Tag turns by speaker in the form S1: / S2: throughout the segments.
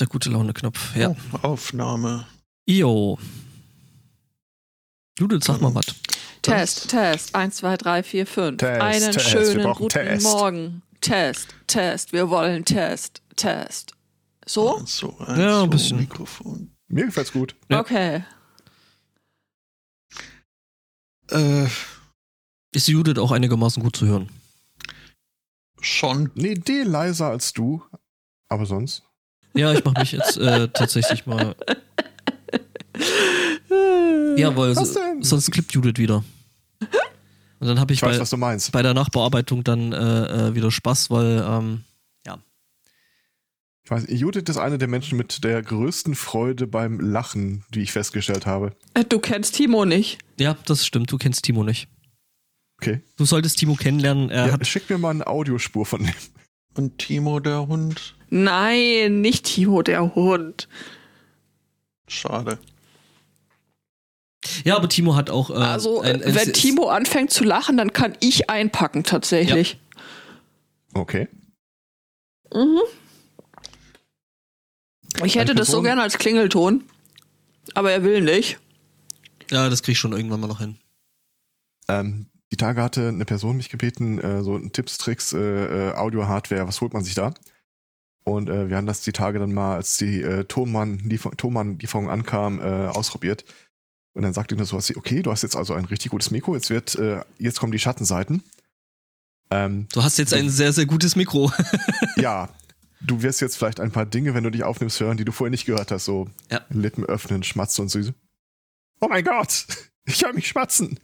S1: Der gute Laune-Knopf, ja.
S2: Oh, Aufnahme.
S1: Io. Judith, sag mal was.
S3: Test, Test. Eins, zwei, drei, vier, fünf.
S4: Test,
S3: Einen
S4: Test, wir
S3: schönen
S4: brauchen
S3: guten
S4: Test.
S3: Morgen. Test, Test. Wir wollen Test, Test. So?
S2: Eins, so, eins,
S1: Oh. Ja, ein
S2: so,
S1: bisschen.
S2: Mikrofon.
S4: Mir gefällt's gut.
S1: Ja.
S3: Okay.
S2: Äh,
S1: Ist die Judith auch einigermaßen gut zu hören?
S2: schon.
S4: Eine Idee leiser als du, aber sonst.
S1: Ja, ich mach mich jetzt äh, tatsächlich mal. Ja, weil
S4: Was
S1: so-
S4: denn?
S1: sonst klippt Judith wieder. Und dann habe ich,
S4: Ich weiß,
S1: bei,
S4: was du meinst.
S1: bei der Nachbearbeitung dann äh, äh, wieder Spaß, weil ähm,
S4: Ich weiß, Judith ist eine der Menschen mit der größten Freude beim Lachen, die ich festgestellt habe.
S3: Äh, Du kennst Timo nicht.
S1: ja, das stimmt. Du kennst Timo nicht.
S4: Okay.
S1: Du solltest Timo kennenlernen. Er
S4: Ja,
S1: hat
S4: schick mir mal eine Audiospur von dem.
S2: Und Timo, der Hund.
S3: Nein, nicht Timo, der Hund.
S2: Schade.
S1: ja, aber Timo hat auch. Äh,
S3: Also,
S1: ein- ein-
S3: wenn
S1: es-
S3: Timo anfängt zu lachen, dann kann ich einpacken, tatsächlich.
S4: Okay.
S3: Mhm. Ich hätte
S4: Eine
S3: das so
S4: Person?
S3: gerne als Klingelton, aber er will nicht.
S1: ja, das krieg ich schon irgendwann mal noch hin.
S4: Ähm, die Tage hatte eine Person mich gebeten, äh, so Tipps, Tricks, äh, äh, Audio-Hardware, was holt man sich da? Und äh, wir haben das die Tage dann mal, als die äh, Thomann-Liefer- Thomann-Lieferung ankam, äh, ausprobiert. Und dann sagte ich nur so, okay, du hast jetzt also ein richtig gutes Mikro, jetzt wird, äh, jetzt kommen die Schattenseiten. Ähm,
S1: Du hast jetzt ein sehr, sehr gutes Mikro.
S4: ja, du wirst jetzt vielleicht ein paar Dinge, wenn du dich aufnimmst, hören, die du vorher nicht gehört hast. So
S1: Ja.
S4: Lippen öffnen, schmatzen und süße. Oh mein Gott, ich höre mich schmatzen.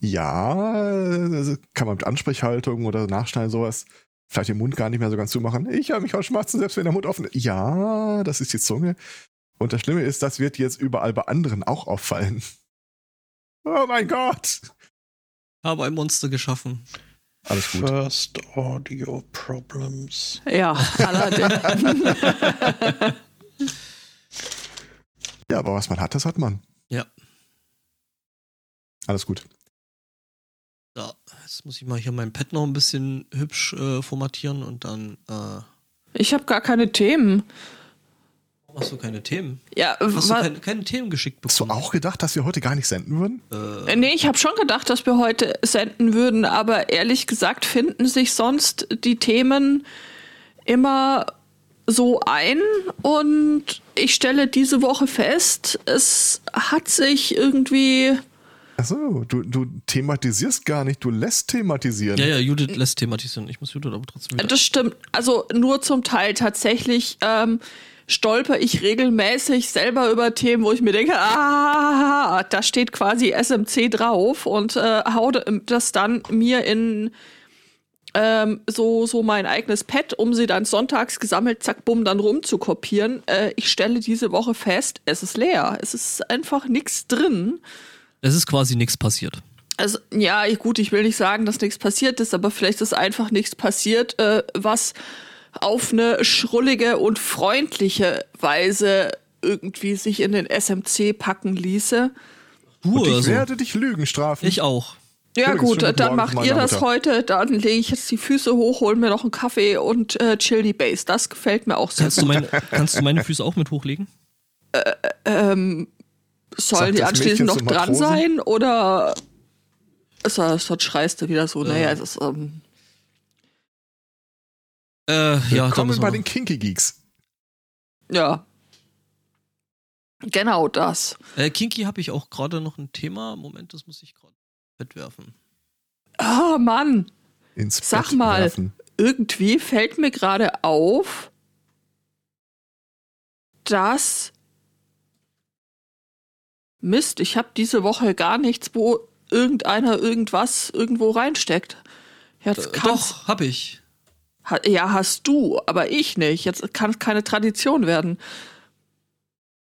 S4: Ja, das kann man mit Ansprechhaltung oder Nachschneiden sowas vielleicht den Mund gar nicht mehr so ganz zumachen. Ich höre mich auch schmatzen, selbst wenn der Mund offen ist. Ja, das ist die Zunge. Und das Schlimme ist, das wird jetzt überall bei anderen auch auffallen. Oh mein Gott.
S1: Habe ein Monster geschaffen.
S4: Alles gut.
S2: First Audio Problems.
S3: Ja, allerdings.
S4: Ja, aber was man hat, das hat man.
S1: Ja.
S4: Alles gut.
S1: Ja, jetzt muss ich mal hier mein Pad noch ein bisschen hübsch äh, formatieren und dann. Äh,
S3: ich habe gar keine Themen.
S1: warum hast du keine Themen?
S3: Ja,
S1: Hast du
S3: wa-
S1: keine, keine Themen geschickt
S4: Hast du
S1: bekommen?
S4: auch gedacht, dass wir heute gar nicht senden würden?
S3: Äh, Nee, ich habe schon gedacht, dass wir heute senden würden, aber ehrlich gesagt finden sich sonst die Themen immer so ein und ich stelle diese Woche fest, es hat sich irgendwie
S4: Achso, du, du thematisierst gar nicht, du lässt thematisieren.
S1: Ja, ja, Judith lässt thematisieren. Ich muss Judith aber trotzdem wieder.
S3: Das stimmt. Also nur zum Teil tatsächlich ähm, stolper ich regelmäßig selber über Themen, wo ich mir denke, ah, da steht quasi SMC drauf und äh, hau das dann mir in ähm, so, so mein eigenes Pad, um sie dann sonntags gesammelt, zack, bumm, dann rumzukopieren. Äh, ich stelle diese Woche fest, es ist leer. Es ist einfach nichts drin.
S1: Es ist quasi nichts passiert.
S3: Also, ja, ich- gut, ich will nicht sagen, dass nichts passiert ist, aber vielleicht ist einfach nichts passiert, äh, was auf eine schrullige und freundliche Weise irgendwie sich in den SMC packen ließe.
S1: Du
S4: Und ich
S1: oder so.
S4: werde dich Lügen strafen.
S1: also. Ich auch.
S3: Ja,
S4: Übrigens,
S3: gut,
S4: schönen
S3: äh,
S4: guten
S3: dann
S4: Morgen
S3: macht
S4: von
S3: ihr
S4: meiner
S3: das
S4: Mutter.
S3: heute, dann lege ich jetzt die Füße hoch, hol mir noch einen Kaffee und äh, chill die Base. Das gefällt mir auch sehr.
S1: Kannst du, meine, kannst du meine Füße auch mit hochlegen?
S3: Ähm, Sollen
S4: Sagt
S3: die
S4: das
S3: anschließend noch
S4: Mädchen zum
S3: dran
S4: Matrosen?
S3: sein oder so, so schreist du wieder so, naja, es ist, ähm,
S1: Äh, ja, da
S4: Willkommen
S1: müssen
S4: bei
S1: wir
S4: den
S1: noch.
S4: Kinky Geeks.
S3: ja. Genau das.
S1: Äh, Kinky habe ich auch gerade noch ein Thema. Moment, das muss ich gerade Bett werfen.
S3: Oh Mann.
S4: Ins
S3: Sag
S4: Bett
S3: mal.
S4: Werfen.
S3: irgendwie fällt mir gerade auf, dass Mist, ich habe diese Woche gar nichts, wo irgendeiner irgendwas irgendwo reinsteckt. Jetzt
S1: Äh,
S3: kann's,
S1: doch, habe ich.
S3: Ha, ja, hast du, aber ich nicht. Jetzt kann es keine Tradition werden.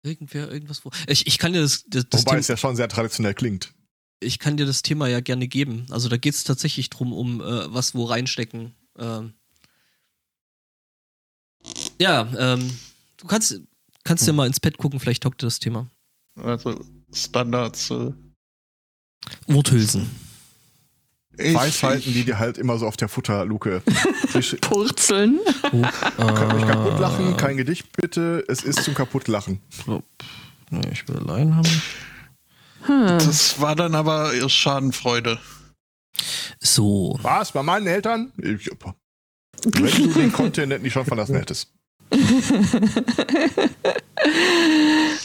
S1: Irgendwer, irgendwas wo. Ich, ich kann dir das, das, das
S4: Wobei
S1: Thema,
S4: es ja schon sehr traditionell klingt.
S1: ich kann dir das Thema ja gerne geben. Also da geht es tatsächlich drum, um äh, was wo reinstecken. Ähm. Ja, ähm, du kannst, kannst ja mal ins Pad gucken, vielleicht taugt dir das Thema.
S2: Also Standards. Äh,
S1: Worthülsen.
S2: Ich-
S4: Weisheiten, die
S2: ich-
S4: dir halt immer so auf der Futterluke. Ich
S3: Purzeln.
S1: Oh,
S4: kann mich kaputt
S1: äh,
S4: lachen, kein Gedicht bitte. Es ist zum Kaputtlachen.
S1: Nee, ich will allein haben.
S2: Das war dann aber erst Schadenfreude.
S1: So.
S4: Was? Bei meinen Eltern? Ich, wenn du den Content nicht schon verlassen hättest.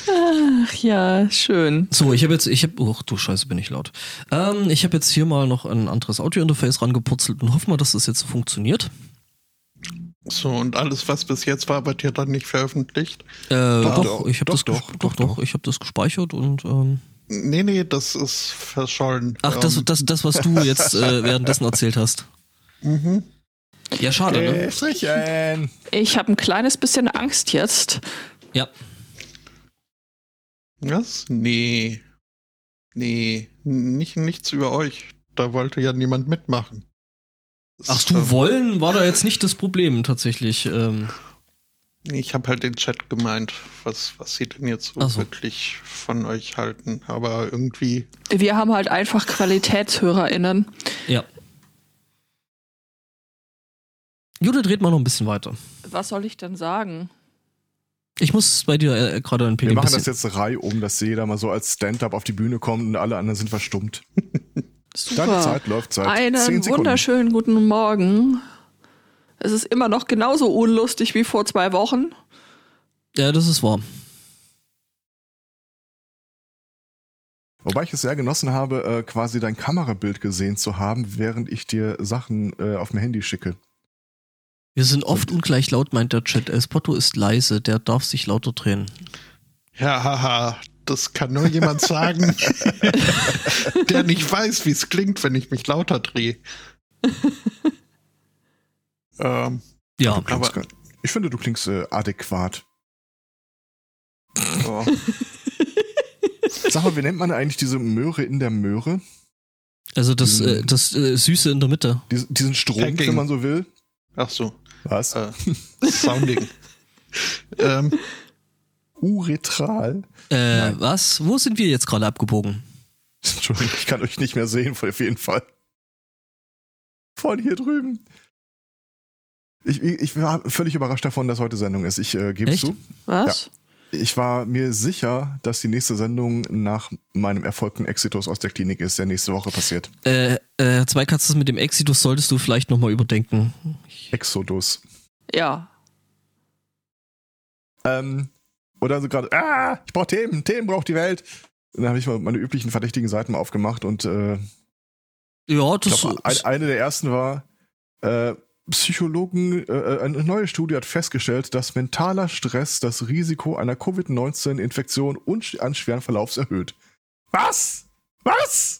S3: Ach ja, schön.
S1: So, ich habe jetzt, ich habe, oh du Scheiße, bin ich laut. Ähm, ich habe jetzt hier mal noch ein anderes Audio-Interface rangeputzelt und hoffe mal, dass das jetzt so funktioniert.
S2: So, und alles, was bis jetzt war, wird ja dann nicht veröffentlicht.
S1: Äh, doch,
S4: doch,
S1: ich habe
S4: doch,
S1: das,
S4: doch,
S1: doch,
S4: doch,
S1: doch, doch, ich habe das gespeichert und ähm,
S2: Nee, nee, das ist verschollen.
S1: ach, das,
S2: Ähm,
S1: das, das, was du jetzt äh, währenddessen erzählt hast.
S2: Mhm.
S1: Ja, schade,
S4: Äh,
S1: ne?
S4: Strichen.
S3: Ich habe ein kleines bisschen Angst jetzt.
S1: Ja.
S2: Was? Nee. Nee, nicht, nichts über euch. Da wollte ja niemand mitmachen. Ähm,
S1: Ach
S4: ähm.
S1: du,
S2: wolltest.
S1: wollen war da jetzt nicht das Problem tatsächlich. Ähm,
S2: Ich habe halt den Chat gemeint, was, was sie denn jetzt so
S1: Ach so.
S2: wirklich von euch halten. Aber irgendwie,
S3: Wir haben halt einfach QualitätshörerInnen.
S1: ja. Judith, red mal noch ein bisschen weiter.
S3: Was soll ich denn sagen?
S1: Ich muss bei dir äh, gerade ein
S4: Wir
S1: Pegel ein
S4: machen das
S1: bisschen.
S4: jetzt Reihe um, dass jeder mal so als Stand-up auf die Bühne kommt und alle anderen sind verstummt.
S3: Super.
S4: Deine Zeit läuft seit zehn
S3: Einen
S4: Sekunden.
S3: wunderschönen guten Morgen. Es ist immer noch genauso unlustig wie vor zwei Wochen.
S1: Ja, das ist wahr.
S4: Wobei ich es sehr genossen habe, äh, quasi dein Kamerabild gesehen zu haben, während ich dir Sachen äh, auf mein Handy schicke.
S1: Wir sind oft ungleich laut, meint der Chat. Espotto ist leise, der darf sich lauter drehen.
S2: ja, haha, das kann nur jemand sagen, der nicht weiß, wie es klingt, wenn ich mich lauter drehe. ähm,
S1: Ja,
S4: Du klingst
S2: Aber-
S4: gar- ich finde, du klingst äh, adäquat.
S2: ja.
S4: Sag mal, wie nennt man eigentlich diese Möhre in der Möhre?
S1: also das,
S4: Mhm.
S1: äh, das äh, Süße in der Mitte.
S4: Dies, diesen Strom,
S2: Hacking.
S4: wenn man so will?
S2: Ach so,
S4: Was?
S2: äh, Sounding. ähm,
S4: Uretral?
S1: Äh,
S4: Nein.
S1: was? Wo sind wir jetzt gerade abgebogen?
S4: Entschuldigung, ich kann euch nicht mehr sehen, auf jeden Fall. Von hier drüben. Ich, ich, ich war völlig überrascht davon, dass heute Sendung ist. Ich äh, gebe
S1: Echt?
S4: zu.
S3: Was?
S4: Ich war mir sicher, dass die nächste Sendung nach meinem erfolgten Exitus aus der Klinik ist, der nächste Woche passiert.
S1: Äh, äh, zwei Katzen mit dem Exitus solltest du vielleicht nochmal überdenken.
S4: Exodus.
S3: Ja.
S4: Ähm, oder so gerade, ah, ich brauche Themen, Themen braucht die Welt. Und dann habe ich mal meine üblichen verdächtigen Seiten mal aufgemacht und äh,
S1: Ja,
S4: ich
S1: das
S4: glaub, ein,
S1: ist.
S4: eine der ersten war, äh, Psychologen, äh, eine neue Studie hat festgestellt, dass mentaler Stress das Risiko einer Covid-19-Infektion und sch- an schweren Verlaufs erhöht. Was? Was?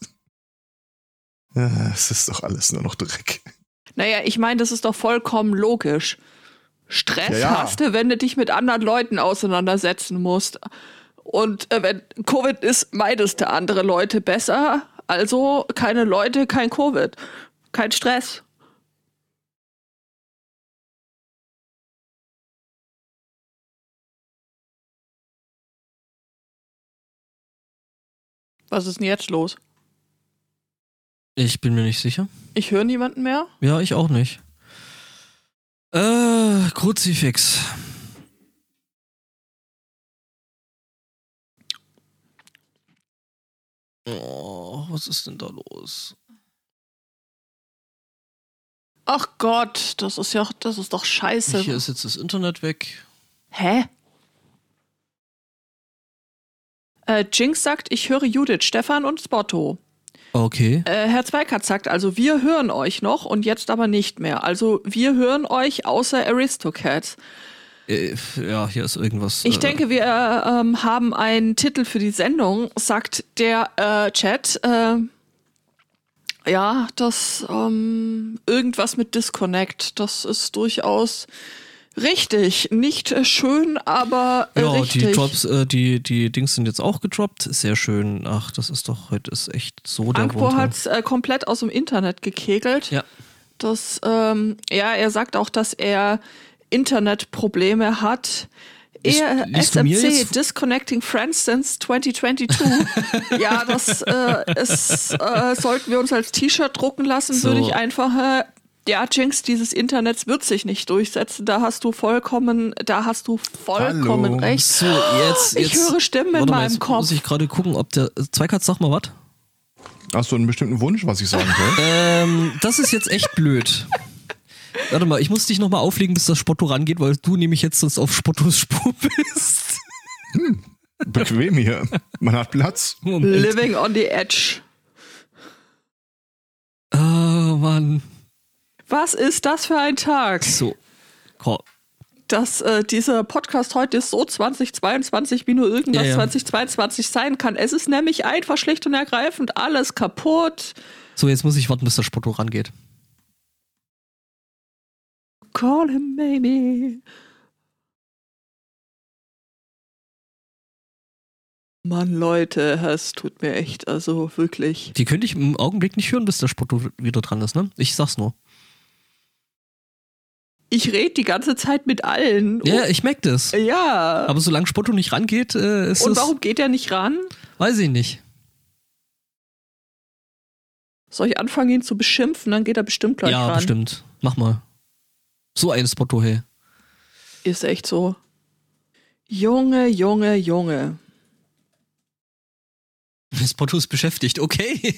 S4: Äh, Es ist doch alles nur noch Dreck.
S3: Naja, ich meine, das ist doch vollkommen logisch. Stress
S4: Ja, ja.
S3: hast du, wenn du dich mit anderen Leuten auseinandersetzen musst. Und äh, wenn Covid ist, meidest du andere Leute besser. Also keine Leute, kein Covid. Kein Stress. Was ist denn jetzt los?
S1: Ich bin mir nicht sicher.
S3: Ich höre niemanden mehr.
S1: Ja, ich auch nicht. Äh, Kruzifix. Oh, was ist denn da los?
S3: Ach Gott, das ist ja, das ist doch scheiße.
S1: Hier ist jetzt das Internet weg.
S3: Hä? Äh, Jinx sagt, ich höre Judith, Stefan und Spotto.
S1: Okay.
S3: Äh, Herr Zweikatz sagt, also wir hören euch noch und jetzt aber nicht mehr. Also wir hören euch außer Aristocats.
S1: Äh, f- ja, hier ist irgendwas.
S3: Ich
S1: äh,
S3: denke, wir äh, ähm, haben einen Titel für die Sendung, sagt der äh, Chat. Äh, ja, das ähm, irgendwas mit Disconnect. Das ist durchaus richtig. Nicht äh, schön, aber äh,
S1: Ja,
S3: richtig.
S1: die Drops, äh, die, die Dings sind jetzt auch gedroppt. Sehr schön. Ach, das ist doch, heute ist echt so der
S3: Angbo
S1: Wunder.
S3: hat es äh, komplett aus dem Internet gekegelt.
S1: Ja.
S3: Das, ähm, ja, er sagt auch, dass er Internetprobleme hat. eher
S1: liest du mir
S3: SMC
S1: jetzt-
S3: Disconnecting Friends since 2022. ja, das äh, ist, äh, sollten wir uns als T-Shirt drucken lassen,
S1: So.
S3: würde ich einfach. Äh, ja, Jinx, dieses Internets wird sich nicht durchsetzen. Da hast du vollkommen, da hast du vollkommen
S4: Hallo.
S3: recht.
S1: So, jetzt,
S3: Ich
S1: jetzt,
S3: höre Stimmen in
S1: warte mal,
S3: meinem
S1: jetzt
S3: Kopf.
S1: Muss ich gerade gucken, ob der. Zweikatz, sag mal was.
S4: Hast du einen bestimmten Wunsch, was ich sagen soll?
S1: Ähm, das ist jetzt echt blöd. Warte mal, ich muss dich nochmal auflegen, bis das Spotto rangeht, weil du nämlich jetzt sonst auf Spottos Spur bist.
S4: Bequem hier. Man hat Platz.
S1: Moment.
S3: Living on the Edge.
S1: Oh Mann.
S3: Was ist das für ein Tag?
S1: So. Komm.
S3: dass äh, dieser Podcast heute ist so 2022 wie nur irgendwas
S1: Ja, ja.
S3: 2022 sein kann. Es ist nämlich einfach schlicht und ergreifend alles kaputt.
S1: So, jetzt muss ich warten, bis das Spotto rangeht.
S3: Call him maybe. Mann, Leute, es tut mir echt, also wirklich.
S1: Die könnte ich im Augenblick nicht hören, bis der Spotto wieder dran ist, ne? Ich sag's nur.
S3: Ich rede die ganze Zeit mit allen.
S1: Ja, ich merk das.
S3: Oh, ja.
S1: Aber solange Spotto nicht rangeht, äh, ist
S3: Und
S1: es.
S3: warum geht er nicht ran?
S1: Weiß ich nicht.
S3: Soll ich anfangen, ihn zu beschimpfen? Dann geht er bestimmt gleich
S1: ja,
S3: ran.
S1: bestimmt. Mach mal. So ein Spotto, hey.
S3: Ist echt so. Junge, Junge, Junge.
S1: Spotto ist beschäftigt, okay.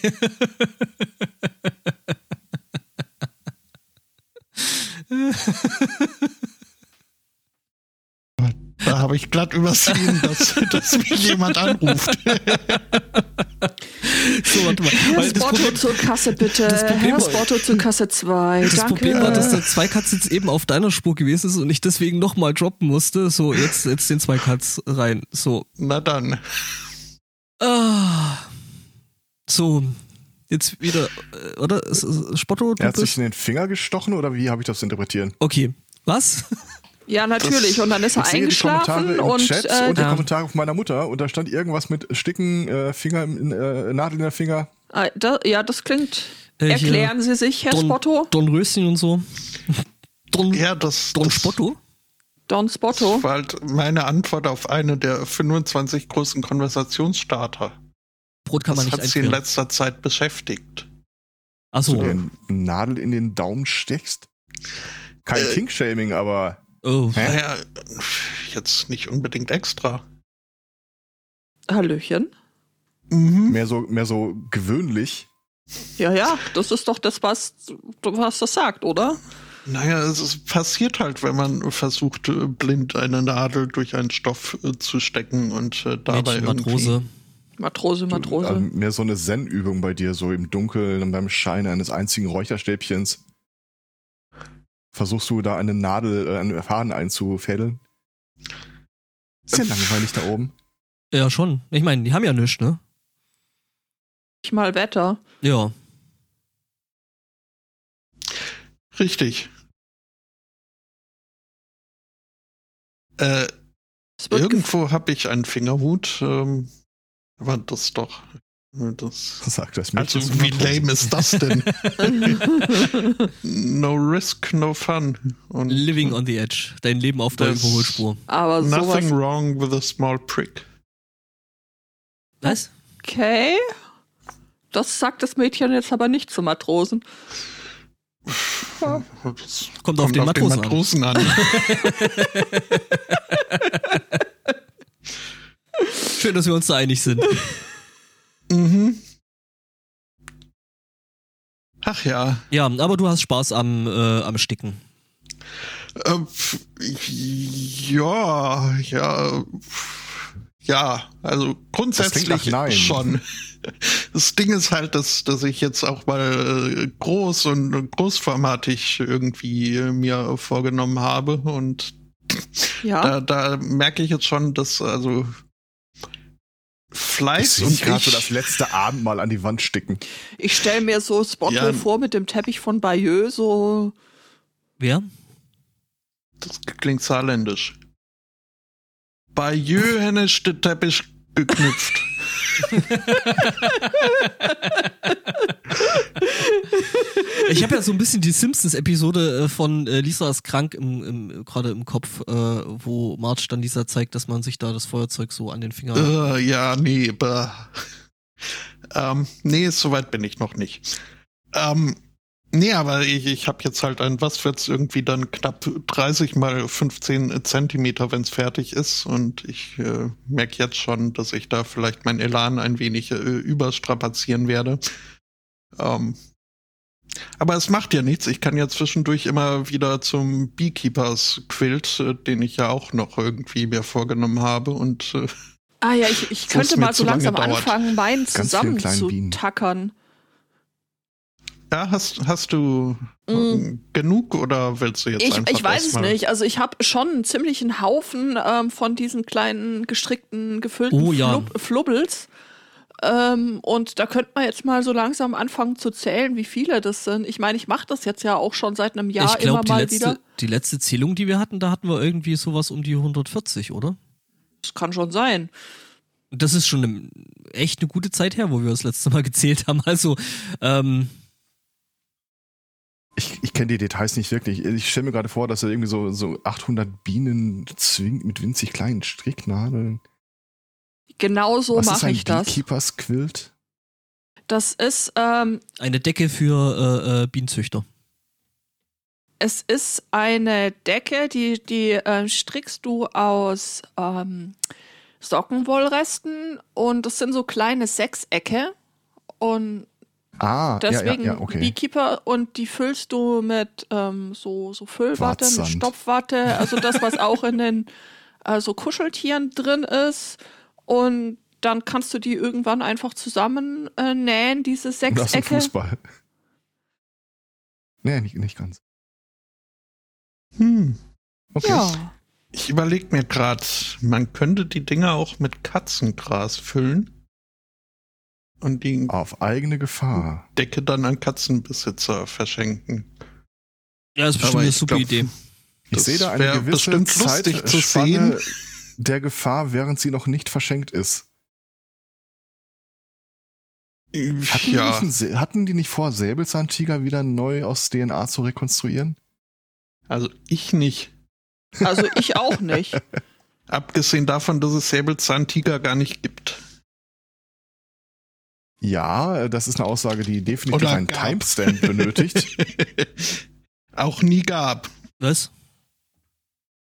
S2: Da habe ich glatt übersehen, dass, dass mich jemand anruft.
S1: So, warte mal.
S3: Herr
S1: Weil das
S3: Spotto
S1: Problem-
S3: zur Kasse bitte.
S1: das Problem
S3: Herr
S1: war-
S3: Spotto zur Kasse 2.
S1: Das
S3: Danke.
S1: Problem war, dass der Zweikatz jetzt eben auf deiner Spur gewesen ist und ich deswegen nochmal droppen musste. So, jetzt, jetzt den Zweikatz rein. So.
S2: Na dann.
S1: Ah. So. Jetzt wieder, äh, oder? Es- es- Spotto, du
S4: Er hat sich
S1: bist.
S4: in den Finger gestochen oder wie habe ich das zu interpretieren?
S1: Okay. Was?
S3: ja, natürlich. Und dann ist er
S4: Ich sehe die Kommentare
S3: eingeschlafen
S4: im
S3: und,
S4: Chat
S3: äh,
S4: und die
S1: ja.
S4: Kommentare von meiner Mutter und da stand irgendwas mit Sticken, äh, Finger, im- in, äh, Nadel in der Finger.
S3: ah, da, ja, das klingt.
S1: Äh, hier-
S3: Erklären Sie sich, Herr Spotto.
S1: Dornröschen und so. Don,
S2: Ja, das,
S1: Don
S2: das
S1: Spotto?
S3: Don Spotto.
S2: war halt meine Antwort auf eine der 25 großen Konversationsstarter.
S1: Brot kann man
S2: Das
S1: nicht
S2: hat sie in
S1: einfrieren.
S2: letzter Zeit beschäftigt.
S1: Achso.
S2: Äh,
S4: Wenn du eine Nadel in den Daumen steckst. Kein
S2: Äh.
S4: King-Shaming, aber
S1: Oh.
S4: Hä?
S2: Naja, jetzt nicht unbedingt extra.
S3: Hallöchen.
S2: Mhm.
S4: mehr so, mehr so gewöhnlich.
S3: Ja, ja, das ist doch das, was, was das sagt, oder?
S2: Naja, es ist- passiert halt, wenn man versucht, äh, blind eine Nadel durch einen Stoff äh, zu stecken und äh, dabei
S1: Mädchen,
S2: irgendwie-
S1: Matrose.
S3: Matrose, Matrose.
S1: Ähm,
S4: Also mehr so eine Zen-Übung bei dir, so im Dunkeln und beim Schein eines einzigen Räucherstäbchens. Versuchst du da eine Nadel, äh, einen Faden einzufädeln? Ist ja langweilig da oben.
S1: Ja, schon. Ich meine, die haben ja nichts, ne?
S3: Ich mal Wetter.
S1: Ja.
S2: Richtig. Äh,
S3: Es wird gef-
S2: irgendwo habe ich einen Fingerhut. Ähm, aber das doch. äh, Das,
S4: Sagt das
S2: also,
S4: Mädchen zu
S2: wie
S4: Matrose.
S2: lame ist das denn? no risk, no fun. Und
S1: Living on the Edge. Dein Leben auf der
S2: Das-
S1: Überholspur.
S3: Aber sowas.
S2: Nothing wrong with a small prick.
S1: Was?
S3: Okay. Das sagt das Mädchen jetzt aber nicht zu Matrosen.
S2: Das
S1: Kommt, auf den Matrosen an.
S2: an.
S1: Schön, dass wir uns da einig sind.
S2: Mhm. Ach ja.
S1: Ja, aber du hast Spaß am, äh, am Sticken.
S2: Äh, pf, ja, ja. pf, Ja, also
S4: Das klingt
S2: grundsätzlich
S4: nach Nein.
S2: schon. Das Ding ist halt, dass, dass ich jetzt auch mal äh, groß und großformatig irgendwie äh, mir vorgenommen habe. Und
S3: Ja.
S1: Äh,
S2: da, da merke ich jetzt schon, dass also
S4: Ich
S2: Fleiß
S4: sehe
S2: und
S4: dich
S2: ich,
S4: gerade so das letzte Abendmahl an die Wand sticken.
S3: Ich stelle mir so Spotto
S2: Ja.
S3: vor mit dem Teppich von Bayeux, so.
S1: Wer?
S2: Das klingt saarländisch. Bei Jöhen ist der Teppich geknüpft.
S1: Ich habe ja so ein bisschen die Simpsons-Episode äh, von äh, Lisa ist krank im, im, gerade im Kopf, äh, wo Marge dann Lisa zeigt, dass man sich da das Feuerzeug so an den Finger.
S2: Äh, ja, nee, bah. Ähm, nee, soweit bin ich noch nicht. Ähm, nee, aber ich, ich habe jetzt halt ein, was wird's irgendwie dann knapp 30 mal 15 Zentimeter, wenn's fertig ist. Und ich äh, merke jetzt schon, dass ich da vielleicht mein Elan ein wenig äh, überstrapazieren werde. Ähm, aber es macht ja nichts. Ich kann ja zwischendurch immer wieder zum Beekeepers Quilt, äh, den ich ja auch noch irgendwie mir vorgenommen habe und äh,
S3: Ah ja, ich, ich
S2: Wo es
S3: könnte
S2: mir
S3: mal so
S2: zu lange
S3: langsam
S2: dauert.
S3: anfangen, meinen
S4: vielen
S3: zusammen
S4: kleinen
S3: zu
S4: Bienen.
S3: tackern.
S2: Ja, hast, hast du ähm, genug oder willst du jetzt
S3: Hm, Mm. Ich,
S2: einfach
S3: ich weiß es
S2: erstmal-
S3: nicht. Also ich habe schon einen ziemlichen Haufen ähm, von diesen kleinen gestrickten, gefüllten
S1: Oh ja.
S3: Flub Flubbels. Ähm, und da könnte man jetzt mal so langsam anfangen zu zählen, wie viele das sind. Ich meine, ich mache das jetzt ja auch schon seit einem Jahr
S1: ich glaube,
S3: immer
S1: die
S3: mal
S1: letzte,
S3: wieder.
S1: die letzte Zählung, die wir hatten, da hatten wir irgendwie sowas um die 140, oder?
S3: Das kann schon sein.
S1: Das ist schon eine, echt eine gute Zeit her, wo wir das letzte Mal gezählt haben. Also, ähm,
S4: Ich, ich kenne die Details nicht wirklich. Ich stelle mir gerade vor, dass er irgendwie so, so 800 Bienen zwingt mit winzig kleinen Stricknadeln.
S3: Genau so
S4: Was ist
S3: mache
S4: ein
S3: ich das.
S4: Beekeepers Quilt?
S3: Das ist ähm,
S1: eine Decke für äh, äh, Bienenzüchter.
S3: Es ist eine Decke, die, die äh, strickst du aus ähm, Sockenwollresten und das sind so kleine Sechsecke und
S4: Ah,
S3: deswegen
S4: ja, ja, ja, okay.
S3: Beekeeper und die füllst du mit ähm, so, so Füllwatte, mit
S4: Quarzsand.
S3: Stopfwatte, also das, was auch in den äh, so Kuscheltieren drin ist und dann kannst du die irgendwann einfach zusammen äh, nähen, diese
S4: Und aus dem
S3: Sechsecke.
S4: Fußball. Nee, nicht, nicht ganz.
S2: Hm.
S4: Okay.
S3: Ja.
S2: Ich überlege mir gerade, man könnte die Dinger auch mit Katzengras füllen und die
S4: Auf eigene Gefahr.
S2: Decke dann an Katzenbesitzer verschenken.
S1: Ja, ist bestimmt
S2: Aber
S1: eine
S2: ich
S1: super
S2: glaub,
S1: Idee.
S4: Ich
S2: Das
S4: sehe da eine
S2: wär
S4: gewisse
S2: bestimmt lustig
S4: Zeit
S2: zu
S4: Spanne der Gefahr, während sie noch nicht verschenkt ist. Hatten, die, nicht
S2: ja,
S4: einen Sä- hatten die nicht vor, Säbelzahntiger wieder neu aus DNA zu rekonstruieren?
S2: also ich nicht.
S3: Also ich auch nicht.
S2: Abgesehen davon, dass es Säbelzahntiger gar nicht gibt.
S4: Ja, äh, das ist eine Aussage, die definitiv
S2: Oder
S4: einen
S2: gab.
S4: Timestamp benötigt.
S2: auch nie gab.
S1: Was?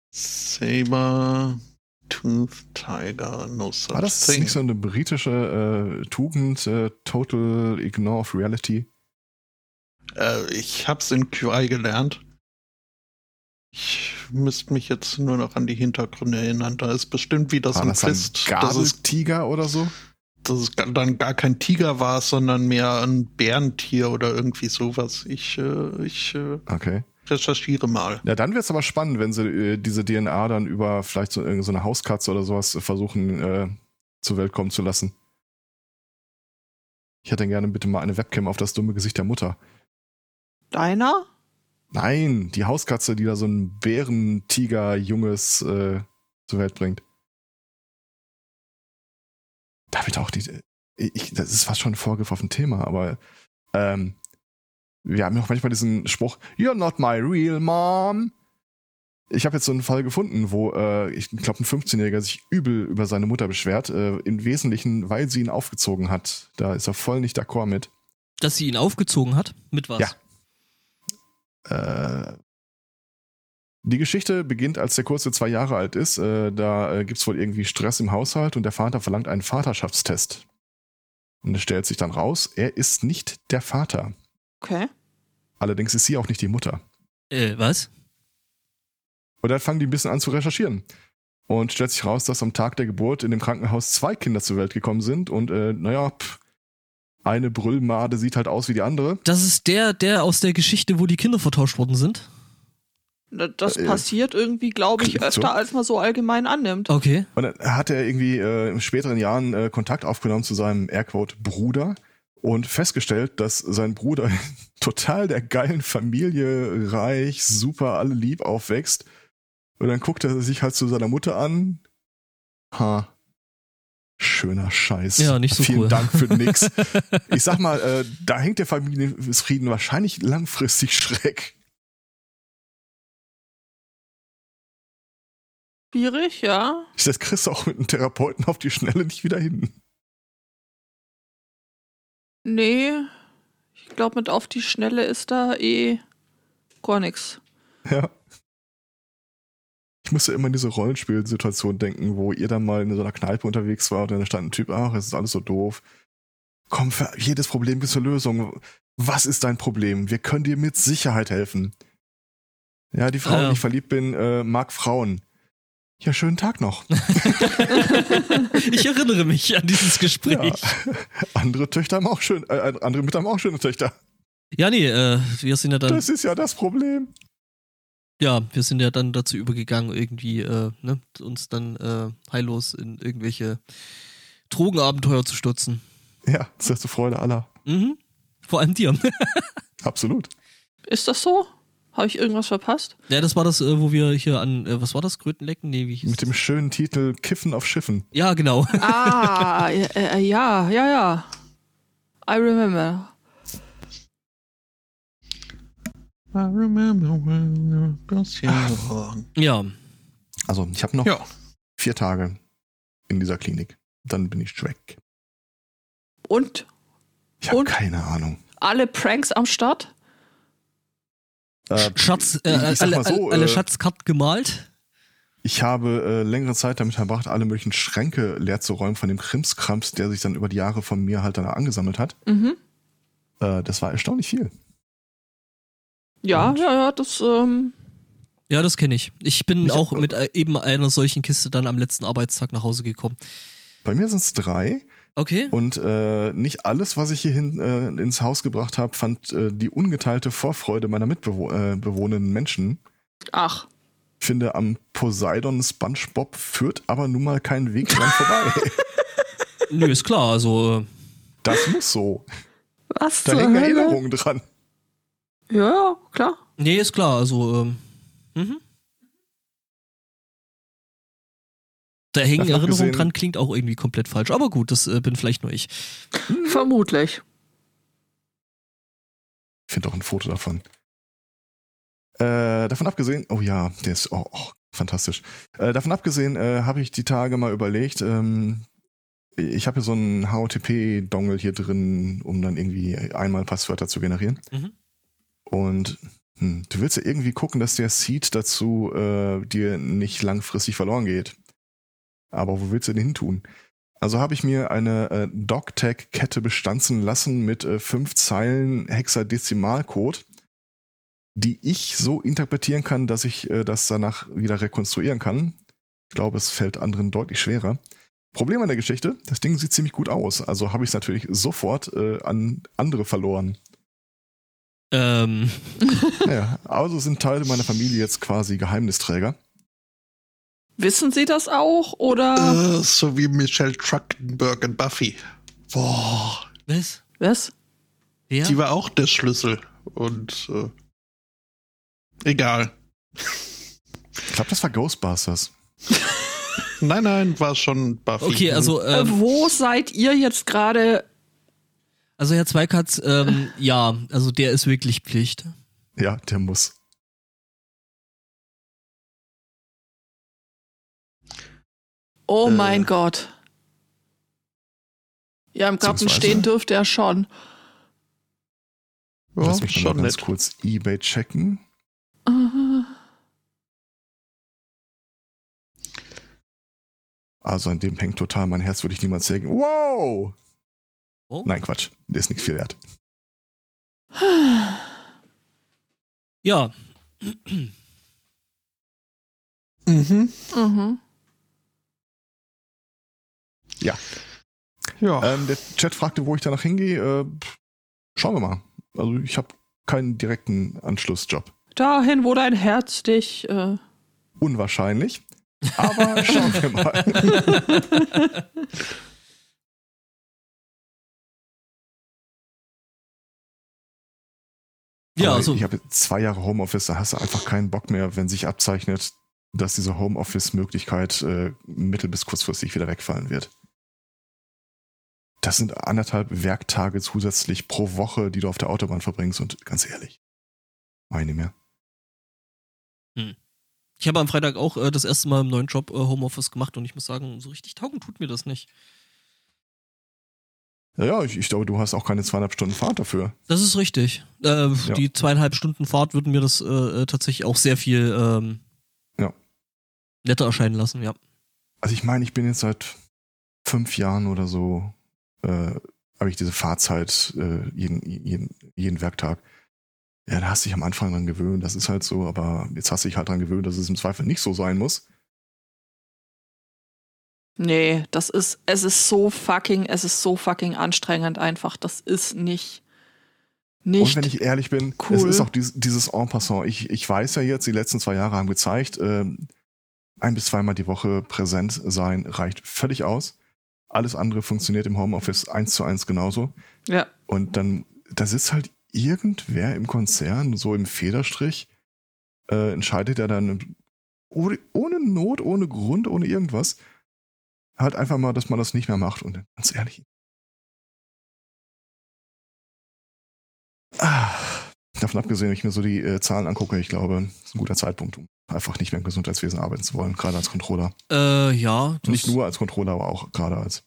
S2: Saber Tooth Tiger, no such
S4: War das
S2: thing.
S4: nicht so eine britische äh, Tugend, äh, Total Ignore of Reality?
S2: Äh, ich hab's in QI gelernt. Ich müsste mich jetzt nur noch an die Hintergründe erinnern. Da ist bestimmt wie das
S4: War
S2: im
S4: das ein
S2: Quiz, dass es,
S4: Gabeltiger oder so?
S2: dass es ga- dann gar kein Tiger war, sondern mehr ein Bärentier oder irgendwie sowas. Ich, äh, ich äh,
S4: Okay.
S2: recherchiere mal.
S4: Ja, dann wird's aber spannend, wenn sie äh, diese DNA dann über vielleicht so, irgend so eine Hauskatze oder sowas versuchen äh, zur Welt kommen zu lassen. Ich hätte gerne bitte mal eine Webcam auf das dumme Gesicht der Mutter.
S3: Deiner?
S4: Nein, die Hauskatze, die da so ein Bärentiger-Junges äh, zur Welt bringt. Damit auch die. äh, Ich, das ist fast schon ein Vorgriff auf ein Thema, aber ähm, wir haben ja auch manchmal diesen Spruch, You're not my real mom. Ich habe jetzt so einen Fall gefunden, wo äh, ich glaube, ein 15-Jähriger sich übel über seine Mutter beschwert, äh, im Wesentlichen, weil sie ihn aufgezogen hat. Da ist er voll nicht d'accord mit.
S1: Dass sie ihn aufgezogen hat? Mit was?
S4: Ja. Äh, die Geschichte beginnt, als der Kurze zwei Jahre alt ist. Äh, da äh, gibt es wohl irgendwie Stress im Haushalt und der Vater verlangt einen Vaterschaftstest. Und es stellt sich dann raus, er ist nicht der Vater.
S3: Okay.
S4: Allerdings ist sie auch nicht die Mutter.
S1: Äh, was?
S4: Und dann fangen die ein bisschen an zu recherchieren. Und stellt sich raus, dass am Tag der Geburt in dem Krankenhaus zwei Kinder zur Welt gekommen sind. Und äh, naja, pff, eine Brüllmade sieht halt aus wie die andere.
S1: Das ist der, der aus der Geschichte, wo die Kinder vertauscht worden sind.
S3: Na, Das
S4: Äh,
S3: passiert irgendwie, glaube ich,
S4: klingt so.
S3: öfter, als man so allgemein annimmt.
S1: Okay.
S4: Und dann hat er irgendwie äh, in späteren Jahren äh, Kontakt aufgenommen zu seinem Airquote Bruder und festgestellt, dass sein Bruder total der geilen Familie, reich, super, alle lieb aufwächst. Und dann guckt er sich halt zu seiner Mutter an. Ha. schöner Scheiß.
S1: Ja, nicht so
S4: Vielen
S1: cool.
S4: Dank für nix. ich sag mal, äh, da hängt der Familienfrieden wahrscheinlich langfristig schräg.
S3: Schwierig, ja.
S4: Das kriegst du auch mit einem Therapeuten auf die Schnelle nicht wieder hin.
S3: Nee. Ich glaube, mit auf die Schnelle ist da eh gar nichts.
S4: Ja. Ich musste immer an diese Rollenspielsituation denken, wo ihr dann mal in so einer Kneipe unterwegs war und dann stand ein Typ, ach, es ist alles so doof. Komm, für jedes Problem gibt's eine Lösung. Was ist dein Problem? Wir können dir mit Sicherheit helfen. Ja, die Frau,
S1: Ah, ja.
S4: in die ich verliebt bin, äh, mag Frauen. Ja, schönen Tag noch.
S1: Ich erinnere mich an dieses Gespräch. Ja,
S4: Andere Töchter haben auch schön, äh, andere Mütter haben auch schöne Töchter.
S1: nee, äh, wir sind ja dann,
S4: Das ist ja das Problem.
S1: ja, wir sind ja dann dazu übergegangen, irgendwie, äh, ne, uns dann äh, heillos in irgendwelche Drogenabenteuer zu stürzen.
S4: Ja, das ist zur Freude aller.
S1: Mhm. Vor allem dir.
S4: Absolut.
S3: Ist das so? Habe ich irgendwas verpasst?
S1: Ja, das war das, äh, wo wir hier an, äh, was war das, Krötenlecken? Nee, wie hieß
S4: Mit dem
S1: das?
S4: schönen Titel Kiffen auf Schiffen.
S1: Ja, genau.
S3: Ah, äh, äh, ja, ja, ja. I remember.
S2: I remember when I was young.
S1: Ja.
S4: Also, ich habe noch
S2: Ja.
S4: vier Tage in dieser Klinik. Dann bin ich weg.
S3: Und
S4: Ich habe
S3: Und?
S4: keine Ahnung.
S3: alle Pranks am Start?
S4: Äh,
S1: Schatz, äh,
S4: ich- ich sag
S1: alle,
S4: mal so,
S1: alle, alle
S4: äh,
S1: Schatzkart gemalt.
S4: ich habe äh, längere Zeit damit verbracht, alle möglichen Schränke leer zu räumen von dem Krimskrams, der sich dann über die Jahre von mir halt dann angesammelt hat.
S3: Mhm.
S4: Äh, das war erstaunlich viel.
S3: Ja,
S4: Und?
S3: ja, ja, das, ähm,
S1: Ja, das kenne ich. Ich bin
S4: Ich-
S1: auch mit äh, eben einer solchen Kiste dann am letzten Arbeitstag nach Hause gekommen.
S4: Bei mir sind es drei
S1: Okay.
S4: und äh, nicht alles, was ich hierhin äh, ins Haus gebracht habe, fand äh, die ungeteilte Vorfreude meiner mitbewohnenden äh, bewohnenden Menschen.
S3: ach.
S4: Ich finde, am Poseidon SpongeBob führt aber nun mal kein Weg dran vorbei.
S1: Nö, ist klar. Also,
S4: Das muss so.
S3: Was
S4: Da
S3: zur
S4: hängen
S3: Hölle?
S4: Erinnerungen dran.
S3: Ja, ja, klar.
S1: äh, nee, ist klar. Also, ähm, mhm. Da hängen
S4: Davon
S1: Erinnerungen
S4: abgesehen-
S1: dran, klingt auch irgendwie komplett falsch. Aber gut, das äh, bin vielleicht nur ich.
S4: Mhm.
S3: Vermutlich.
S4: Ich finde auch ein Foto davon. Äh, davon abgesehen, oh ja, der ist auch oh, fantastisch. Äh, davon abgesehen äh, habe ich die Tage mal überlegt, ähm, ich habe hier so einen HOTP-Dongle hier drin, um dann irgendwie einmal Passwörter zu generieren.
S1: Mhm.
S4: Und hm, du willst ja irgendwie gucken, dass der Seed dazu äh, dir nicht langfristig verloren geht. Aber wo willst du den hin tun? Also habe ich mir eine äh, DocTag-Kette bestanzen lassen mit äh, fünf Zeilen Hexadezimalcode, die ich so interpretieren kann, dass ich äh, das danach wieder rekonstruieren kann. Ich glaube, es fällt anderen deutlich schwerer. Problem an der Geschichte, das Ding sieht ziemlich gut aus, also habe ich es natürlich sofort äh, an andere verloren.
S1: Ähm,
S4: Naja, also sind Teile meiner Familie jetzt quasi Geheimnisträger.
S3: Wissen Sie das auch? Oder
S2: Äh, so wie Michelle Trachtenberg in Buffy. Boah,
S1: was?
S3: was?
S1: Wer?
S2: die war auch der Schlüssel. Und äh, egal.
S4: Ich glaube, das war Ghostbusters.
S2: Nein, nein, war schon Buffy. Mhm.
S1: Okay, also,
S3: Äh,
S1: ähm,
S3: Wo seid ihr jetzt gerade?
S1: Also Herr Zweikatz, ähm, ja, also der ist wirklich Pflicht.
S4: Ja, der muss.
S3: Oh
S2: Äh.
S3: mein Gott. Ja, im Garten
S4: Beziehungsweise-
S3: stehen dürfte er schon.
S2: ja,
S4: Lass mich schon
S2: schon
S4: mal ganz
S2: nett.
S4: kurz eBay checken.
S3: Ah.
S4: Also an dem hängt total mein Herz, würde ich niemals sagen. Wow!
S1: Oh.
S4: Nein, Quatsch. Der ist nicht viel wert.
S1: Ja,
S2: Mhm.
S3: Mhm.
S2: Ja.
S4: Ähm, der Chat fragte, wo ich danach hingehe. Äh, pff, schauen wir mal. Also ich habe keinen direkten Anschlussjob.
S3: Dahin, wo dein Herz dich. Äh,
S4: Unwahrscheinlich. Aber schauen wir mal.
S1: ja,
S4: Aber
S1: also
S4: Ich habe zwei Jahre Homeoffice, da hast du einfach keinen Bock mehr, wenn sich abzeichnet, dass diese Homeoffice-Möglichkeit äh, mittel- bis kurzfristig wieder wegfallen wird. das sind anderthalb Werktage zusätzlich pro Woche, die du auf der Autobahn verbringst. Und ganz ehrlich, meine mehr.
S1: Ich habe am Freitag auch äh, das erste Mal im neuen Job äh, Homeoffice gemacht und ich muss sagen, so richtig taugen tut mir das nicht.
S4: Ja, Ja, ich, ich glaube, du hast auch keine zweieinhalb Stunden Fahrt dafür.
S1: Das ist richtig. Äh, Die zweieinhalb Stunden Fahrt würden mir das äh, äh, tatsächlich auch sehr viel ähm,
S4: Ja.
S1: netter erscheinen lassen, ja.
S4: Also ich meine, ich bin jetzt seit fünf Jahren oder so, äh, habe ich diese Fahrzeit äh, jeden, jeden, jeden Werktag. Ja, da hast du dich am Anfang dran gewöhnt, das ist halt so, aber jetzt hast du dich halt dran gewöhnt, dass es im Zweifel nicht so sein muss.
S3: Nee, das ist, es ist so fucking, es ist so fucking anstrengend einfach. Das ist nicht,
S4: Und
S3: nicht.
S4: wenn ich ehrlich bin, es
S3: Cool.
S4: ist auch dies, dieses En passant. Ich, ich weiß ja jetzt, die letzten zwei Jahre haben gezeigt, ähm, ein bis zweimal die Woche präsent sein reicht völlig aus. Alles andere funktioniert im Homeoffice eins zu eins genauso.
S3: ja.
S4: Und dann, da sitzt halt irgendwer im Konzern, so im Federstrich, äh, entscheidet er dann ohne, ohne Not, ohne Grund, ohne irgendwas, halt einfach mal, dass man das nicht mehr macht. Und ganz ehrlich. Ah, davon abgesehen, wenn ich mir so die äh, Zahlen angucke, ich glaube, es ist ein guter Zeitpunkt, um einfach nicht mehr im Gesundheitswesen arbeiten zu wollen, gerade als Controller.
S1: Äh, ja, das,
S4: nicht nur als Controller, aber auch gerade als.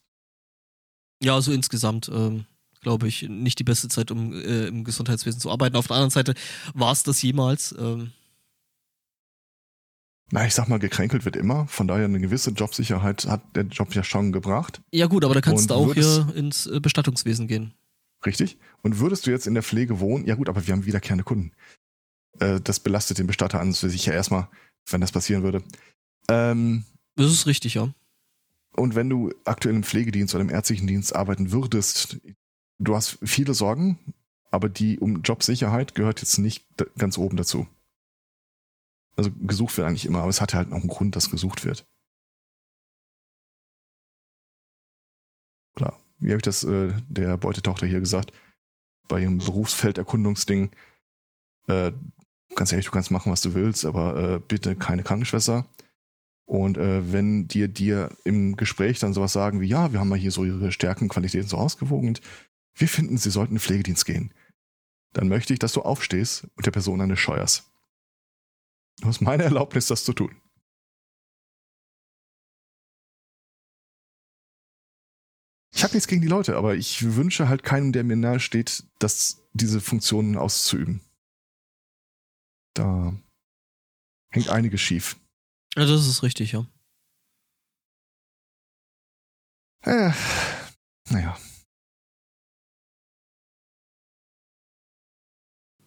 S1: Ja, also insgesamt, ähm, glaube ich, nicht die beste Zeit, um äh, im Gesundheitswesen zu arbeiten. Auf der anderen Seite war es das jemals. Ähm,
S4: Na, ich sag mal, gekränkelt wird immer. Von daher eine gewisse Jobsicherheit hat der Job ja schon gebracht.
S1: ja, gut, aber da kannst
S4: Und
S1: du auch
S4: würdest-
S1: hier ins äh, Bestattungswesen gehen.
S4: Richtig. Und würdest du jetzt in der Pflege wohnen? Ja gut, aber wir haben wiederkehrende Kunden. Äh, das belastet den Bestatter an und für sich ja erstmal, wenn das passieren würde. Ähm,
S1: Das ist richtig, ja.
S4: und wenn du aktuell im Pflegedienst oder im ärztlichen Dienst arbeiten würdest, du hast viele Sorgen, aber die um Jobsicherheit gehört jetzt nicht d- ganz oben dazu. Also gesucht wird eigentlich immer, aber es hat halt auch einen Grund, dass gesucht wird. Oder wie habe ich das äh, der Beutetochter hier gesagt? Bei ihrem Berufsfelderkundungsding. Äh, ganz ehrlich, du kannst machen, was du willst, aber äh, bitte keine Krankenschwester. Und äh, wenn dir dir im Gespräch dann sowas sagen wie, ja, wir haben mal hier so ihre Stärken, Qualitäten so ausgewogen und wir finden, sie sollten in den Pflegedienst gehen, dann möchte ich, dass du aufstehst und der Person eine scheuerst. Du hast meine Erlaubnis, das zu tun. Ich habe nichts gegen die Leute, aber ich wünsche halt keinem, der mir nahe steht, dass diese Funktionen auszuüben. Da hängt einiges schief.
S1: ja. Das ist richtig, ja.
S4: Äh, naja.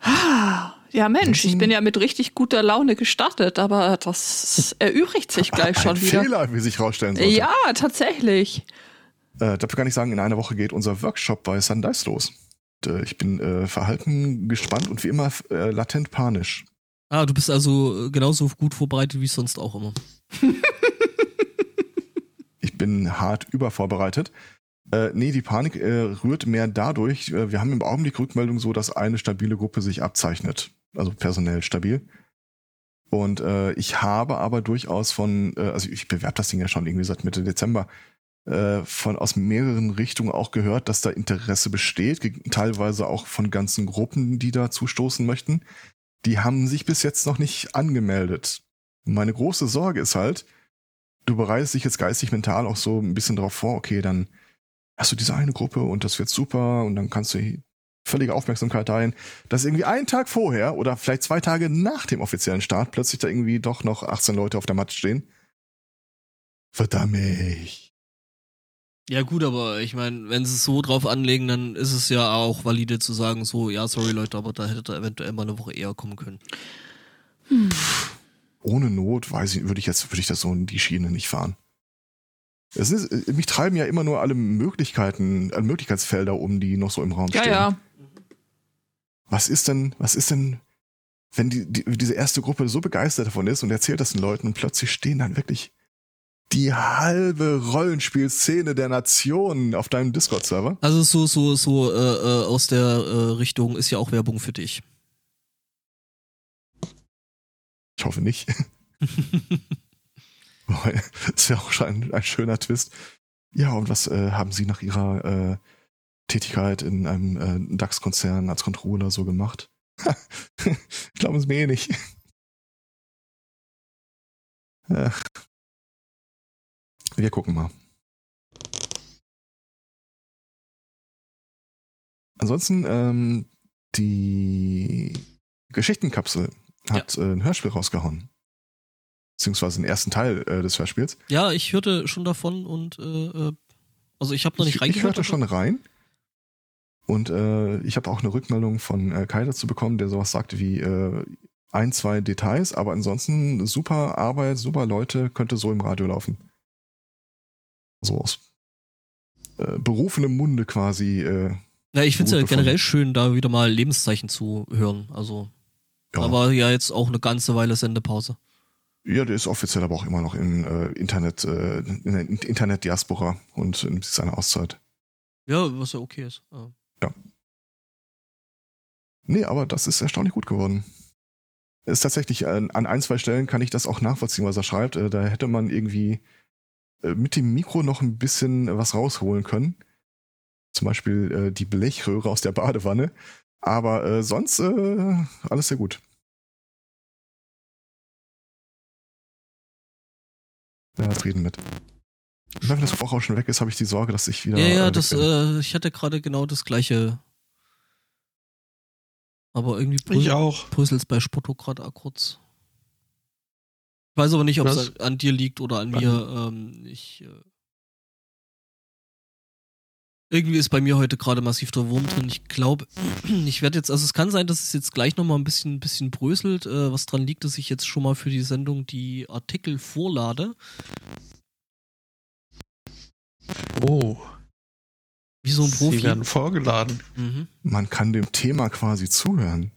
S3: Ah, Ja, Mensch, ich
S4: Deswegen-
S3: bin ja mit richtig guter Laune gestartet, aber das erübrigt sich gleich schon
S4: Ein
S3: wieder.
S4: Fehler, wie sich herausstellen sollte.
S3: Ja, tatsächlich.
S4: Äh, dafür kann ich sagen, in einer Woche geht unser Workshop bei Sundice los. Und, äh, ich bin äh, verhalten, gespannt und wie immer äh, latent panisch.
S1: Ah, du bist also äh, genauso gut vorbereitet wie sonst auch immer.
S4: Ich bin hart übervorbereitet. Äh, nee, die Panik äh, rührt mehr dadurch, äh, wir haben im Augenblick Rückmeldung so, dass eine stabile Gruppe sich abzeichnet. Also personell stabil. Und äh, ich habe aber durchaus von, äh, also ich bewerbe das Ding ja schon irgendwie seit Mitte Dezember, äh, von aus mehreren Richtungen auch gehört, dass da Interesse besteht, ge- teilweise auch von ganzen Gruppen, die da zustoßen möchten. Die haben sich bis jetzt noch nicht angemeldet. Meine große Sorge ist halt, du bereitest dich jetzt geistig, mental auch so ein bisschen darauf vor, okay, dann hast du diese eine Gruppe und das wird super und dann kannst du hier völlige Aufmerksamkeit dahin, dass irgendwie einen Tag vorher oder vielleicht zwei Tage nach dem offiziellen Start plötzlich da irgendwie doch noch 18 Leute auf der Matte stehen. Verdammt mich.
S1: Ja, gut, aber ich meine, wenn sie es so drauf anlegen, dann ist es ja auch valide zu sagen, so, ja, sorry Leute, aber da hätte er eventuell mal eine Woche eher kommen können.
S4: Ohne Not, weiß ich, würde ich jetzt, würde ich das so in die Schiene nicht fahren. Es ist, äh, mich treiben ja immer nur alle Möglichkeiten, alle Möglichkeitsfelder um, die noch so im Raum
S3: Ja,
S4: stehen.
S3: ja.
S4: was ist denn, was ist denn, wenn die, die, diese erste Gruppe so begeistert davon ist und erzählt das den Leuten und plötzlich stehen dann wirklich die halbe Rollenspielszene der Nationen auf deinem Discord-Server?
S1: Also so, so, so äh, äh, aus der äh, Richtung ist ja auch Werbung für dich.
S4: Ich hoffe nicht. Wobei, ist ja auch schon ein, ein schöner Twist. Ja, und was äh, haben Sie nach Ihrer äh, Tätigkeit in einem äh, DAX-Konzern als Controller so gemacht? ich glaube es mir eh nicht. Ach. Wir gucken mal. Ansonsten, ähm, die Geschichtenkapsel hat äh, ein Hörspiel rausgehauen. Beziehungsweise den ersten Teil äh, des Hörspiels.
S1: Ja, ich hörte schon davon und äh, äh, also ich habe noch nicht
S4: ich, ich
S1: reingehört.
S4: hörte schon rein. Und äh, ich habe auch eine Rückmeldung von äh, Kai dazu bekommen, der sowas sagte wie äh, ein, zwei Details, aber ansonsten super Arbeit, super Leute, könnte so im Radio laufen. So aus äh, berufenem Munde quasi. Äh,
S1: Ja, ich finde es ja
S4: Gut
S1: generell
S4: gefunden.
S1: schön, da wieder mal Lebenszeichen zu hören. Also,
S4: ja.
S1: aber ja jetzt auch eine ganze Weile Sendepause.
S4: Ja, der ist offiziell aber auch immer noch im äh, Internet, äh, in der In- Internet-Diaspora und nimmt sich seine Auszeit.
S1: Ja, was ja okay ist. Ja.
S4: Nee, aber das ist erstaunlich gut geworden. Ist tatsächlich, äh, an ein, zwei Stellen kann ich das auch nachvollziehen, was er schreibt. Äh, da hätte man irgendwie äh, mit dem Mikro noch ein bisschen was rausholen können. Zum Beispiel äh, die Blechröhre aus der Badewanne. Aber äh, sonst äh, alles sehr gut. Ja, Frieden mit. Und wenn das Vorrauschen weg ist, habe ich die Sorge, dass ich wieder.
S1: Ja, ja,
S2: also
S4: weg
S1: das,
S4: bin.
S1: äh, ich hatte gerade genau das gleiche. Aber irgendwie
S2: Ich
S1: brü-
S2: auch.
S1: brüsselt's bei Spotto gerade auch kurz. Ich weiß aber nicht, ob
S2: Was?
S1: es an dir liegt oder an
S4: An-
S1: mir. Ähm, ich, äh, irgendwie ist bei mir heute gerade massiv der Wurm drin. Ich glaube, ich werde jetzt, also es kann sein, dass es jetzt gleich nochmal ein bisschen, bisschen bröselt, äh, was dran liegt, dass ich jetzt schon mal für die Sendung die Artikel vorlade.
S2: Oh,
S1: Wie so ein
S2: sie
S1: Profi.
S2: werden vorgeladen.
S1: Mhm.
S4: Man kann dem Thema quasi zuhören.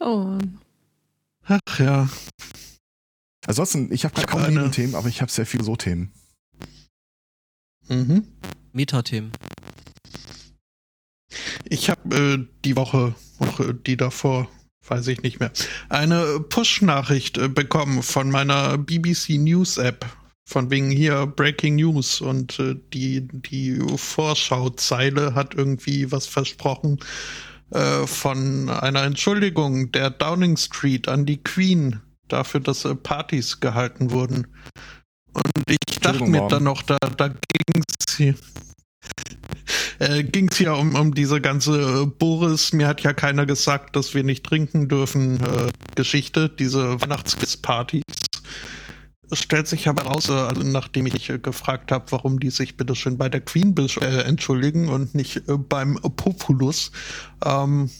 S3: Oh Mann.
S2: Ach ja.
S4: Ansonsten, ich habe
S2: Ich hab
S4: kaum
S2: eine-
S4: Nebenthemen, aber ich habe sehr viele so Themen.
S2: Mhm.
S1: Metathemen.
S2: Ich habe äh, die Woche, Woche, die davor, weiß ich nicht mehr, eine Push-Nachricht äh, bekommen von meiner BBC News App. Von wegen hier Breaking News und äh, die, die Vorschauzeile hat irgendwie was versprochen äh, von einer Entschuldigung der Downing Street an die Queen dafür, dass äh, Partys gehalten wurden. Und ich dachte
S4: Entschuldigung,
S2: mir
S4: warum?
S2: dann noch, da, da ging's hier äh, ging es ja um, um diese ganze äh, Boris, mir hat ja keiner gesagt, dass wir nicht trinken dürfen, äh, Geschichte, diese Weihnachtspartys. Es stellt sich aber raus, äh, also nachdem ich äh, gefragt habe, warum die sich bitte schön bei der Queen besch- äh, entschuldigen und nicht äh, beim Populus, ähm,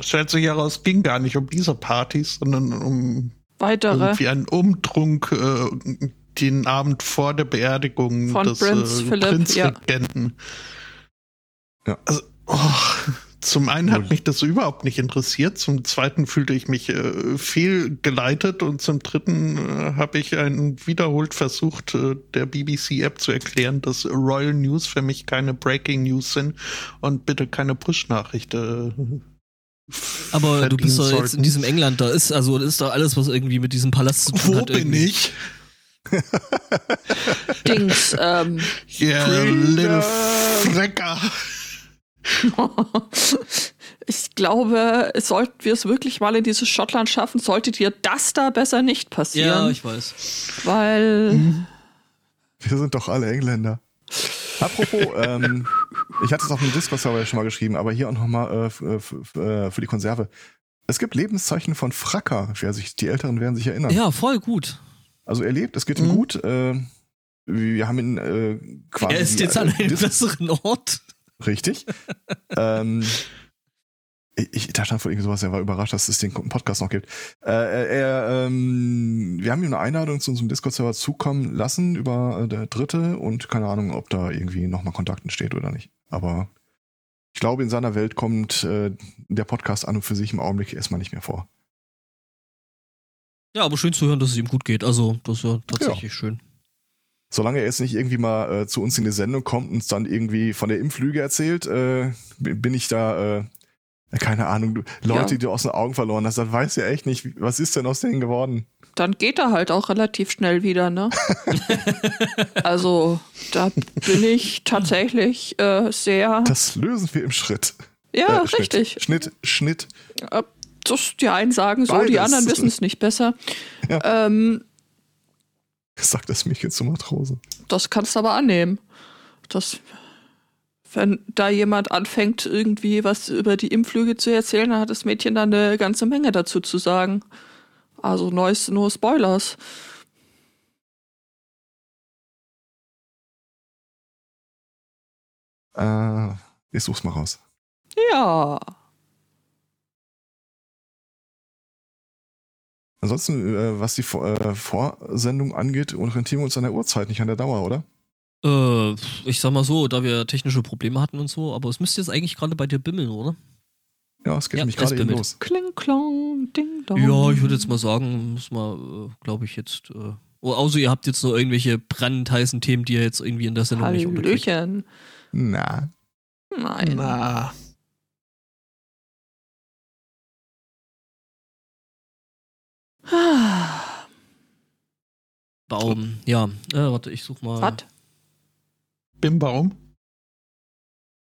S2: stellt sich heraus, ging gar nicht um diese Partys, sondern um
S3: Weitere.
S2: irgendwie einen Umtrunk äh, den Abend vor der Beerdigung
S3: Von
S2: des
S3: Prinz
S2: äh,
S3: Philipp,
S2: Prinzregenten.
S4: Ja.
S2: Also, oh, zum einen hat
S4: Nun.
S2: mich das überhaupt nicht interessiert, zum zweiten fühlte ich mich äh, fehlgeleitet und zum dritten äh, habe ich einen wiederholt versucht, äh, der BBC-App zu erklären, dass Royal News für mich keine Breaking News sind und bitte keine Push-Nachricht. Äh,
S1: Aber du bist doch
S2: verdienen
S1: jetzt
S2: sollten.
S1: in diesem England, da ist also ist da alles, was irgendwie mit diesem Palast zu tun
S2: Wo
S1: hat.
S2: bin
S1: irgendwie.
S2: ich?
S3: Dings. Ähm.
S2: Yeah,
S4: Freedom.
S2: little Frecker.
S3: ich glaube, sollten wir es wirklich mal in dieses Schottland schaffen, sollte dir das da besser nicht
S1: Ja,
S3: passieren.
S1: ich weiß.
S3: weil.
S4: Mhm. Wir sind doch alle Engländer. Apropos, ähm, ich hatte es auf dem Discord-Server schon mal geschrieben, aber hier auch nochmal äh, f- f- f- äh, für die Konserve. Es gibt Lebenszeichen von Fracker, wer sich, die Älteren werden sich erinnern.
S1: Ja, voll gut.
S4: Also er lebt, es geht ihm
S2: Mhm.
S4: gut. Äh, wir haben ihn äh, quasi.
S1: Er ist jetzt
S4: äh,
S1: an einem
S4: dis-
S1: besseren Ort.
S4: Richtig. ähm, ich, da stand von irgend sowas, er war überrascht, dass es den Podcast noch gibt. Äh, er, er, ähm, wir haben ihm eine Einladung zu unserem Discord-Server zukommen lassen über äh, der dritte und keine Ahnung, ob da irgendwie nochmal Kontakten steht oder nicht. Aber ich glaube, in seiner Welt kommt äh, der Podcast an und für sich im Augenblick erstmal nicht mehr vor.
S1: Ja, aber schön zu hören, dass es ihm gut geht. Also, das ist ja tatsächlich schön.
S4: Solange er jetzt nicht irgendwie mal äh, zu uns in die Sendung kommt und uns dann irgendwie von der Impflüge erzählt, äh, bin ich da äh, Keine Ahnung, du- Leute, die du aus den Augen verloren hast, dann weißt du ja echt nicht, wie- was ist denn aus denen geworden?
S3: Dann geht er halt auch relativ schnell wieder, ne? also, da bin ich tatsächlich äh, sehr.
S4: Das lösen wir im Schritt.
S3: ja,
S4: Äh, Schnitt.
S3: richtig.
S4: Schnitt, Schnitt.
S3: Äh, Das, die einen sagen so, die
S4: Beides.
S3: anderen wissen es nicht besser.
S4: Ja.
S3: Ähm,
S4: Sagt das Mädchen zu Matrose.
S3: das kannst du aber annehmen. Das, wenn da jemand anfängt, irgendwie was über die Impflüge zu erzählen, dann hat das Mädchen dann eine ganze Menge dazu zu sagen. Also, neues, nur Spoilers.
S4: Äh, ich such's mal raus.
S3: Ja.
S4: Ansonsten, äh, was die Vor äh, Vorsendung angeht, orientieren wir uns an der Uhrzeit, nicht an der Dauer, oder?
S1: Äh, ich sag mal so, da wir technische Probleme hatten und so, aber es müsste jetzt eigentlich gerade bei dir bimmeln, oder?
S4: Ja, es geht
S1: Ja,
S4: nämlich
S1: es
S4: gerade eben
S1: bimmelt.
S4: los.
S3: Kling, klong, ding, dong.
S1: Ja, ich würde jetzt mal sagen, muss mal, äh, glaube ich, jetzt. Äh, oh, außer ihr habt jetzt noch irgendwelche brandheißen Themen, die ihr jetzt irgendwie in der Sendung nicht unterkriegt.
S3: Hallöchen.
S4: Na,
S3: Nein.
S2: Na,
S3: Ah,
S1: Baum. Ja, äh, warte, ich such mal.
S3: Was?
S2: Bimbaum?